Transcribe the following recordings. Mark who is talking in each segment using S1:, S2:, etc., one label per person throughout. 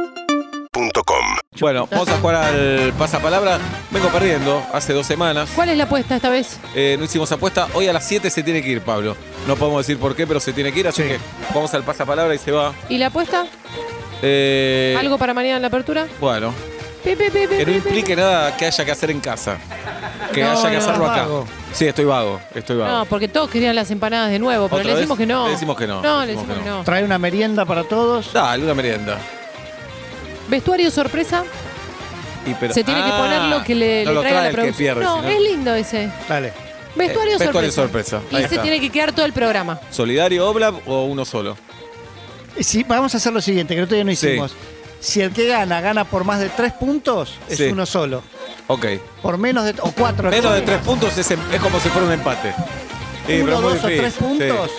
S1: UrbanaPlayFM.com
S2: Bueno, vamos a jugar al pasapalabra. Vengo perdiendo hace dos semanas.
S3: ¿Cuál es la apuesta esta vez?
S2: Eh, no hicimos apuesta. Hoy a las 7 se tiene que ir, Pablo. No podemos decir por qué, pero se tiene que ir. Así que vamos al pasapalabra y se va.
S3: ¿Y la apuesta?
S2: Eh,
S3: ¿Algo para mañana en la apertura?
S2: Bueno,
S3: Pi, pi, pi, pi,
S2: que no
S3: pi,
S2: implique nada que haya que hacer en casa. Que
S3: No,
S2: haya que
S3: no.
S2: hacerlo acá.
S4: Vago.
S2: Sí, estoy vago. Estoy
S3: pi.
S2: vago.
S3: No, porque todos querían las empanadas de nuevo, pero
S2: ¿Otra
S3: le
S2: vez?
S3: decimos que no.
S2: Le decimos que no,
S3: No, le decimos que no.
S4: Trae una merienda para todos.
S2: Dale, una merienda.
S3: Vestuario sorpresa,
S2: Y pero-
S3: se tiene que
S2: Ah,
S3: poner lo que le,
S2: no
S3: le
S2: lo
S3: traiga
S2: trae
S3: la
S2: el que
S3: producción.
S2: pierde.
S3: no,
S2: sino-
S3: es lindo ese.
S4: Dale.
S3: Vestuario,
S2: Eh, vestuario
S3: sorpresa.
S2: sorpresa.
S3: Y
S2: Ahí
S3: se
S2: está.
S3: tiene que quedar todo el programa.
S2: ¿Solidario, Oblab o uno solo?
S4: Y si, vamos a hacer lo siguiente, que todavía no
S2: Sí.
S4: hicimos. Si el que gana gana por más de tres puntos, es
S2: Sí.
S4: uno solo.
S2: Ok.
S4: Por menos de o cuatro.
S2: Menos de tres puntos es, em- es como si fuera un empate. Sí, pero
S4: uno,
S2: es muy
S4: dos o tres
S2: difícil, sí.
S4: puntos.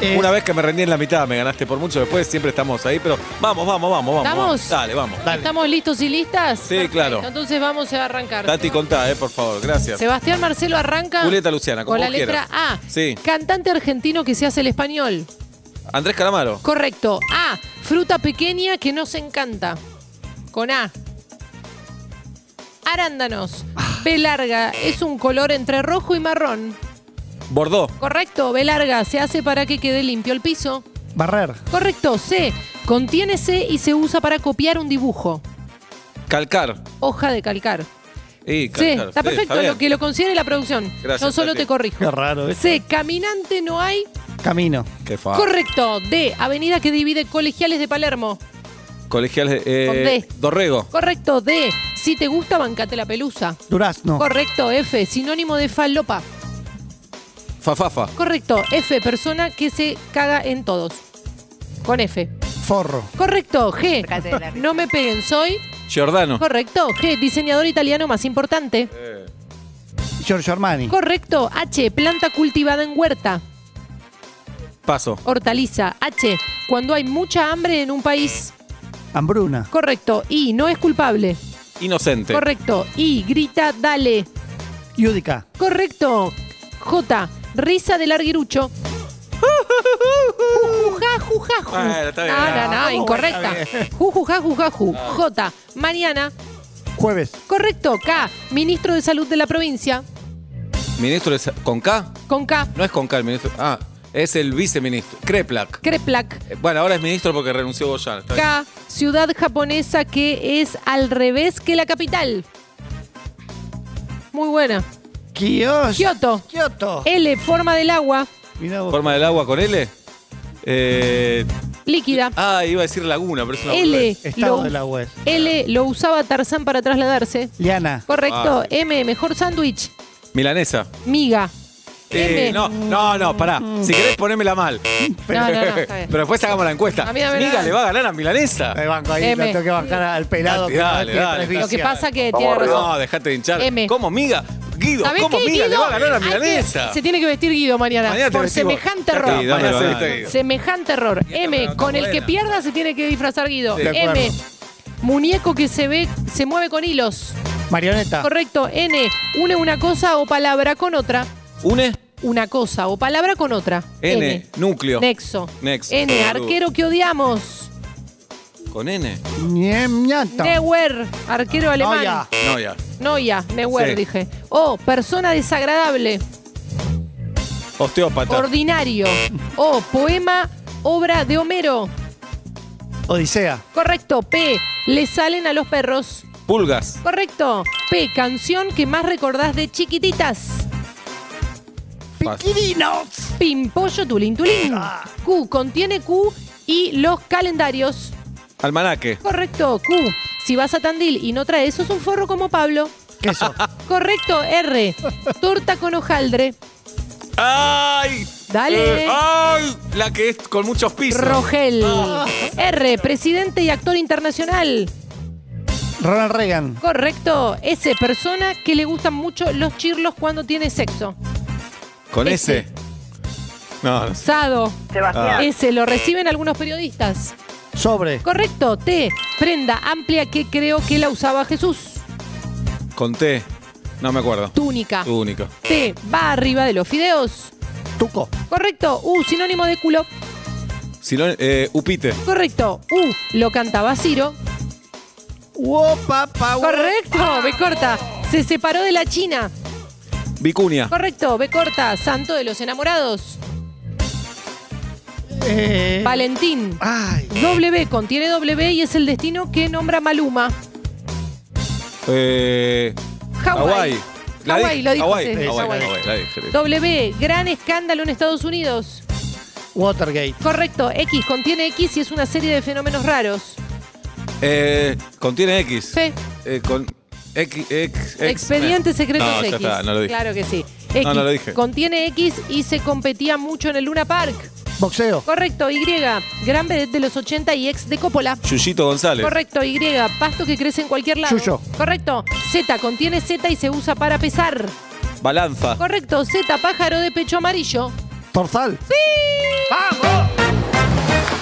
S4: eh,
S2: Una vez que me rendí en la mitad, me ganaste por mucho. Después siempre estamos ahí, pero vamos, vamos, vamos, vamos.
S3: ¿Estamos?
S2: vamos. Dale, vamos.
S4: Dale.
S3: ¿Estamos listos y listas?
S2: Sí, claro.
S3: Entonces vamos a arrancar.
S2: Tati, contá, eh, por favor. Gracias.
S3: Sebastián Marcelo arranca
S2: Julieta Luciana, como
S3: con la
S2: vos
S3: letra
S2: quieras.
S3: A.
S2: Sí.
S3: Cantante argentino que se hace el español.
S2: Andrés Calamaro.
S3: Correcto. A. Fruta pequeña que nos encanta. Con A. Arándanos. B larga. Es un color entre rojo y marrón.
S2: Bordó.
S3: Correcto. B larga. Se hace para que quede limpio el piso.
S4: Barrer.
S3: Correcto. C. Contiene C y se usa para copiar un dibujo.
S2: Calcar.
S3: Hoja de calcar.
S2: Y
S3: Sí,
S2: calcar.
S3: está
S2: Sí,
S3: perfecto,
S2: bien.
S3: lo que lo considere la producción.
S2: Gracias,
S3: Yo solo
S2: Tati.
S3: te corrijo.
S4: Qué raro, ¿eh?
S3: C, caminante no hay.
S4: Camino.
S2: Qué fa-
S3: Correcto. D, avenida que divide colegiales de Palermo.
S2: Colegiales.
S3: Con D.
S2: Eh, Dorrego.
S3: Correcto. D, si te gusta, bancate la pelusa.
S4: Durazno.
S3: Correcto. F, sinónimo de falopa.
S2: Fafafa.
S3: Correcto. F, persona que se caga en todos. Con F.
S4: Forro.
S3: Correcto. G, no me peguen, soy.
S2: Giordano.
S3: Correcto. G, diseñador italiano más importante.
S4: Giorgio Armani.
S3: Correcto. H, planta cultivada en huerta.
S2: Paso.
S3: Hortaliza. H. Cuando hay mucha hambre en un país.
S4: Hambruna.
S3: Correcto. I. No es culpable.
S2: Inocente.
S3: Correcto. I. Grita, dale.
S4: Yudica.
S3: Correcto. J. Risa del arguirucho. Jujaju, jaju.
S2: Bueno, está bien.
S3: No, no, no, incorrecta. Jujujaju, jaju. J. Mariana.
S4: Jueves.
S3: Correcto. K. Ministro de Salud de la provincia.
S2: Ministro de Sa- ¿Con K?
S3: Con K.
S2: No es con K el ministro. Ah, es el viceministro. Kreplak.
S3: Kreplak.
S2: Eh, Bueno, ahora es ministro porque renunció Goyan. Está bien.
S3: K. Ciudad japonesa que es al revés que la capital. Muy buena.
S4: Kios.
S3: Kioto. Eh.
S4: Kioto.
S3: L, forma del agua,
S4: Mirá vos.
S2: Forma del agua con L. Eh,
S3: líquida.
S2: ah, iba a decir laguna, pero es una
S3: L
S4: Estado
S3: lo,
S4: de la web.
S3: L lo usaba Tarzán para trasladarse.
S4: Liana.
S3: Correcto.
S2: Ah.
S3: M, mejor sándwich,
S2: Milanesa.
S3: miga.
S2: Eh,
S3: M.
S2: no, no, no, pará. Si querés ponémela mal.
S3: Mm. No, no, no, está bien.
S2: Pero después hagamos la encuesta.
S3: A Eh, mí dame la-
S2: Miga le va a ganar a Milanesa.
S4: Me banco ahí,
S3: M.
S4: lo tengo que bancar al pelado.
S2: Dale,
S4: que no
S2: dale,
S4: tiene
S2: dale.
S4: tres
S3: Lo que
S4: vicios.
S3: pasa que tiene razón.
S2: No, dejate de hinchar.
S3: M.
S2: ¿Cómo Miga? Guido,
S3: ¿Sabés
S2: ¿cómo
S3: qué,
S2: Miga le
S3: Guido?
S2: va a ganar a
S3: Hay que-
S2: Milanesa?
S3: se tiene que vestir Guido mañana,
S2: Mañana te
S3: por
S2: vestimos.
S3: semejante
S2: Ya te
S3: error.
S2: digo, dame
S3: Mañana
S2: la
S3: se
S2: banana.
S3: viste Guido. Semejante error.
S2: Guido,
S3: M,
S2: pero
S3: con
S2: está
S3: el que
S2: buena.
S3: pierda se tiene que disfrazar Guido.
S4: De acuerdo.
S3: M, muñeco que se ve se mueve con hilos.
S2: Ah.
S4: Marioneta.
S3: Correcto. N, une una cosa o palabra con otra.
S2: Une.
S3: una cosa o palabra con otra.
S2: N, núcleo.
S3: Nexo.
S2: Nexo.
S3: N,
S2: Salud.
S3: arquero que odiamos.
S2: Con N.
S4: Ñemñata.
S3: Neuer, arquero alemán.
S4: Neuer.
S2: No, ya.
S3: Neuer, Neuer,
S2: Sí.
S3: dije. O, persona desagradable,
S2: Osteópata.
S3: ordinario. O, poema, obra de Homero.
S4: Odisea.
S3: Correcto. P, le salen a los perros.
S2: Pulgas.
S3: Correcto. P, canción que más recordás de chiquititas.
S4: Piquirinos.
S3: Pimpollo, tulín, tulín. Q, contiene Q y los calendarios.
S2: Almanaque.
S3: Correcto, Q. Si vas a Tandil y no traes, sos un forro como Pablo.
S4: Queso.
S3: Correcto, R. Torta con hojaldre.
S2: ¡Ay!
S3: Dale.
S2: Eh, ¡Ay! La que es con muchos pisos.
S3: Rogel. R. Presidente y actor internacional.
S4: Ronald Reagan.
S3: Correcto. S. Persona que le gustan mucho los chirlos cuando tiene sexo.
S2: Con S.
S3: Ese.
S2: No, no sé.
S3: Sado.
S2: Ah.
S3: S. Lo reciben algunos periodistas.
S4: Sobre.
S3: Correcto. T. Prenda amplia que creo que la usaba Jesús.
S2: Con T. No me acuerdo.
S3: Túnica.
S2: Tu único.
S3: T. Va arriba de los fideos.
S4: Tuco.
S3: Correcto. U. Sinónimo de culo.
S2: Si no, eh, Upite.
S3: Correcto. U lo cantaba Ciro.
S4: Uopa, pa, uopa.
S3: Correcto. B corta. Se separó de la China.
S2: Vicuña.
S3: Correcto. B corta. Santo de los enamorados.
S4: Eh,
S3: Valentín.
S4: Ay.
S3: W contiene W y es el destino que nombra Maluma.
S2: Eh,
S3: Hawái.
S2: Hawái. La
S3: Hawái,
S2: dije.
S3: lo dijo
S2: Hawái,
S3: usted.
S2: Hawái,
S3: Hawái.
S2: Hawái, la dije.
S3: W. Gran escándalo en Estados Unidos.
S4: Watergate.
S3: Correcto. X contiene X y es una serie de fenómenos raros.
S2: Eh, contiene X.
S3: Fe.
S2: Eh, con X, X, X-
S3: Expedientes secretos
S2: no,
S3: X.
S2: Ya está, no lo dije.
S3: Claro que sí. X
S2: No, no lo dije.
S3: contiene X y se competía mucho en el Luna Park.
S4: Boxeo.
S3: Correcto, Y. Gran vedette de los 80 y ex de Coppola.
S2: Yuyito González.
S3: Correcto, Y. Pasto que crece en cualquier lado.
S4: Yuyo.
S3: Correcto. Z contiene Z y se usa para pesar.
S2: Balanza.
S3: Correcto, Z pájaro de pecho amarillo.
S4: Torsal.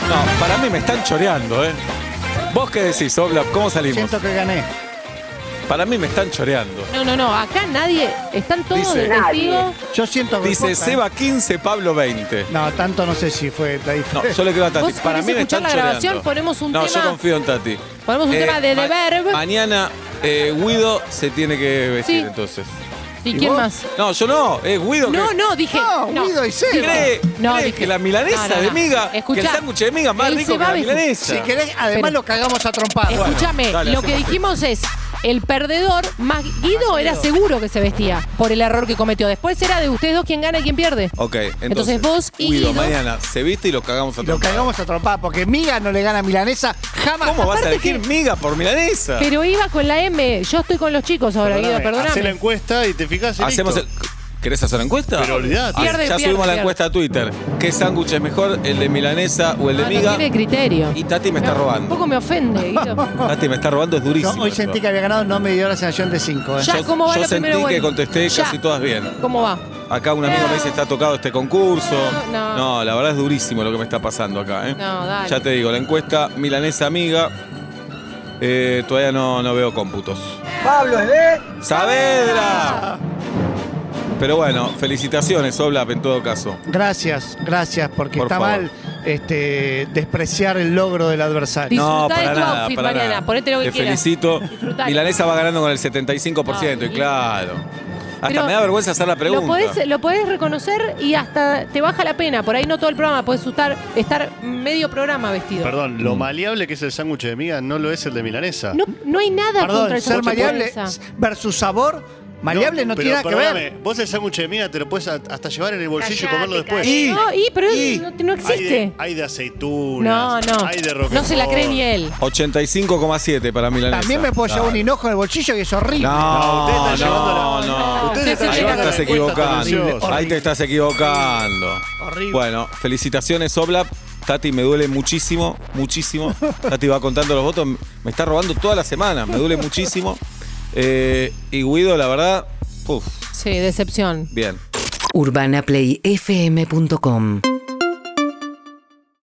S2: No, para mí me están choreando, ¿eh? ¿Vos qué decís, Oblap? ¿Cómo salimos?
S4: Siento que gané.
S2: Para mí me están choreando.
S3: No, no, no. Acá nadie. Están todos
S2: Dice-
S3: de testigo.
S4: Yo siento que.
S2: Dice
S4: importa,
S2: Seba 15, Pablo 20.
S4: ¿eh? No, tanto no sé si fue la
S2: No,
S4: diferencia.
S2: yo le creo a Tati.
S3: ¿Vos
S2: Para
S3: querés
S2: mí me
S3: escuchar
S2: están
S3: la
S2: choreando.
S3: grabación? Ponemos un
S2: no,
S3: tema-
S2: yo confío en Tati. Eh,
S3: Ponemos un tema de
S2: ma-
S3: The Verb.
S2: Mañana eh, Guido se tiene que vestir,
S3: Sí.
S2: entonces.
S3: ¿Y
S4: ¿Y
S3: quién
S4: vos?
S3: más?
S2: No, yo no. Es Guido
S3: No,
S2: que...
S3: no, dije.
S4: No,
S3: no.
S4: Guido y Seba.
S2: ¿Cree,
S3: No,
S2: cree
S3: dije-
S2: que la milanesa
S3: no, no,
S2: de
S3: no.
S2: miga, que el
S3: Escuchá,
S2: sándwich de miga es más
S3: él se
S2: rico que
S3: va
S2: la
S3: a vestir.
S2: milanesa?
S4: Si querés, además
S3: Pero-
S4: lo cagamos a trompadas.
S3: Escúchame,
S2: Bueno, dale,
S3: lo que
S2: hacemos
S3: dijimos es, el perdedor más Guido era seguro que se vestía por el error que cometió. Después era de ustedes dos quien gana y quien pierde.
S2: Ok, entonces,
S3: Entonces vos y
S2: Guido,
S3: Guido.
S2: mañana se viste y lo cagamos a
S4: Lo
S2: trompadas.
S4: cagamos a trompadas porque Miga no le gana a Milanesa jamás.
S2: ¿Cómo vas a
S3: Aparte
S2: elegir
S3: que-
S2: miga por milanesa?
S3: Pero iba con la M, yo estoy con los chicos ahora, Guido,
S1: Hacé la
S3: perdóname.
S1: encuesta y te fijas y
S2: Hacemos
S1: listo.
S2: el- ¿Querés hacer la encuesta?
S1: Pero olvidate.
S2: Ah,
S3: Pierde,
S2: ya
S3: pierde,
S2: subimos la
S3: pierde.
S2: encuesta a Twitter. ¿Qué sándwich es mejor, el de milanesa o el de
S3: Ah, No, no
S2: miga?
S3: tiene criterio.
S2: Y Tati me está
S3: Un
S2: robando.
S3: poco me ofende, Guido.
S2: Tati me está robando, es durísimo.
S4: Yo hoy sentí que había ganado, no me dio la sensación de 5. ¿eh?
S3: Ya,
S2: Yo-
S3: ¿cómo va
S2: yo
S3: la primera
S2: sentí que
S3: vuelta?
S2: contesté
S3: Ya.
S2: casi todas bien.
S3: ¿Cómo va?
S2: Acá un amigo me dice está tocado este concurso.
S3: No, no.
S2: la verdad es durísimo lo que me está pasando acá. ¿eh?
S3: No, dale.
S2: Ya te digo, la encuesta milanesa amiga. eh, todavía no, no veo cómputos. Pablo es de
S3: Ah.
S2: Saavedra. Pero bueno, felicitaciones, Oblap, en todo caso.
S4: Gracias, gracias, porque
S2: Por
S4: está
S2: favor.
S4: mal este, despreciar el logro del adversario.
S2: no,
S3: Disfrutá de
S2: para
S3: tu
S2: nada,
S3: outfit,
S2: para
S3: Mariana,
S2: nada.
S3: ponete lo que
S2: Te
S3: quieras.
S2: felicito.
S3: Disfrutalo.
S2: Milanesa va ganando con el 75%, y
S3: Ay,
S2: claro. Hasta
S3: Pero
S2: me da vergüenza hacer la pregunta.
S3: Lo podés, lo podés reconocer y hasta te baja la pena. Por ahí no todo el programa, podés estar, estar medio programa vestido.
S1: Perdón, lo maleable que es el sándwich de miga no lo es el de milanesa.
S3: No, no hay nada contra
S4: Perdón,
S3: el
S4: ser
S3: sándwich de
S4: maleable
S3: milanesa.
S4: versus sabor. Maleable no,
S1: pero
S4: tiene nada que ver.
S1: perdóname, Vos el sándwich de miga te lo puedes a- hasta llevar en el bolsillo y comerlo después.
S2: cállate. Y-
S3: No, y, pero
S2: y-
S3: no, no
S1: Hay de,
S3: existe.
S1: hay de
S3: No,
S1: aceitunas.
S3: no.
S1: Hay de roquefort.
S3: No se la cree ni él.
S2: 85,7 para Milanesa.
S4: También me puedo llevar
S2: Claro.
S4: un hinojo en el bolsillo y es horrible.
S2: No,
S1: No, usted está
S2: no,
S1: llevando
S3: la-
S2: no.
S3: Usted se está
S2: Ahí
S3: llevando
S2: te
S3: la
S2: estás
S1: encuesta
S2: equivocando.
S1: tendenciosa.
S2: Ahí te estás equivocando.
S4: Horrible.
S2: Bueno, felicitaciones, Oblap. Tati, me duele muchísimo, muchísimo. Tati va contando los votos. Me está robando toda la semana. Me duele muchísimo. Eh, y Guido, la verdad, uf,
S3: Sí, decepción.
S2: bien.
S5: urbanaplayfm.com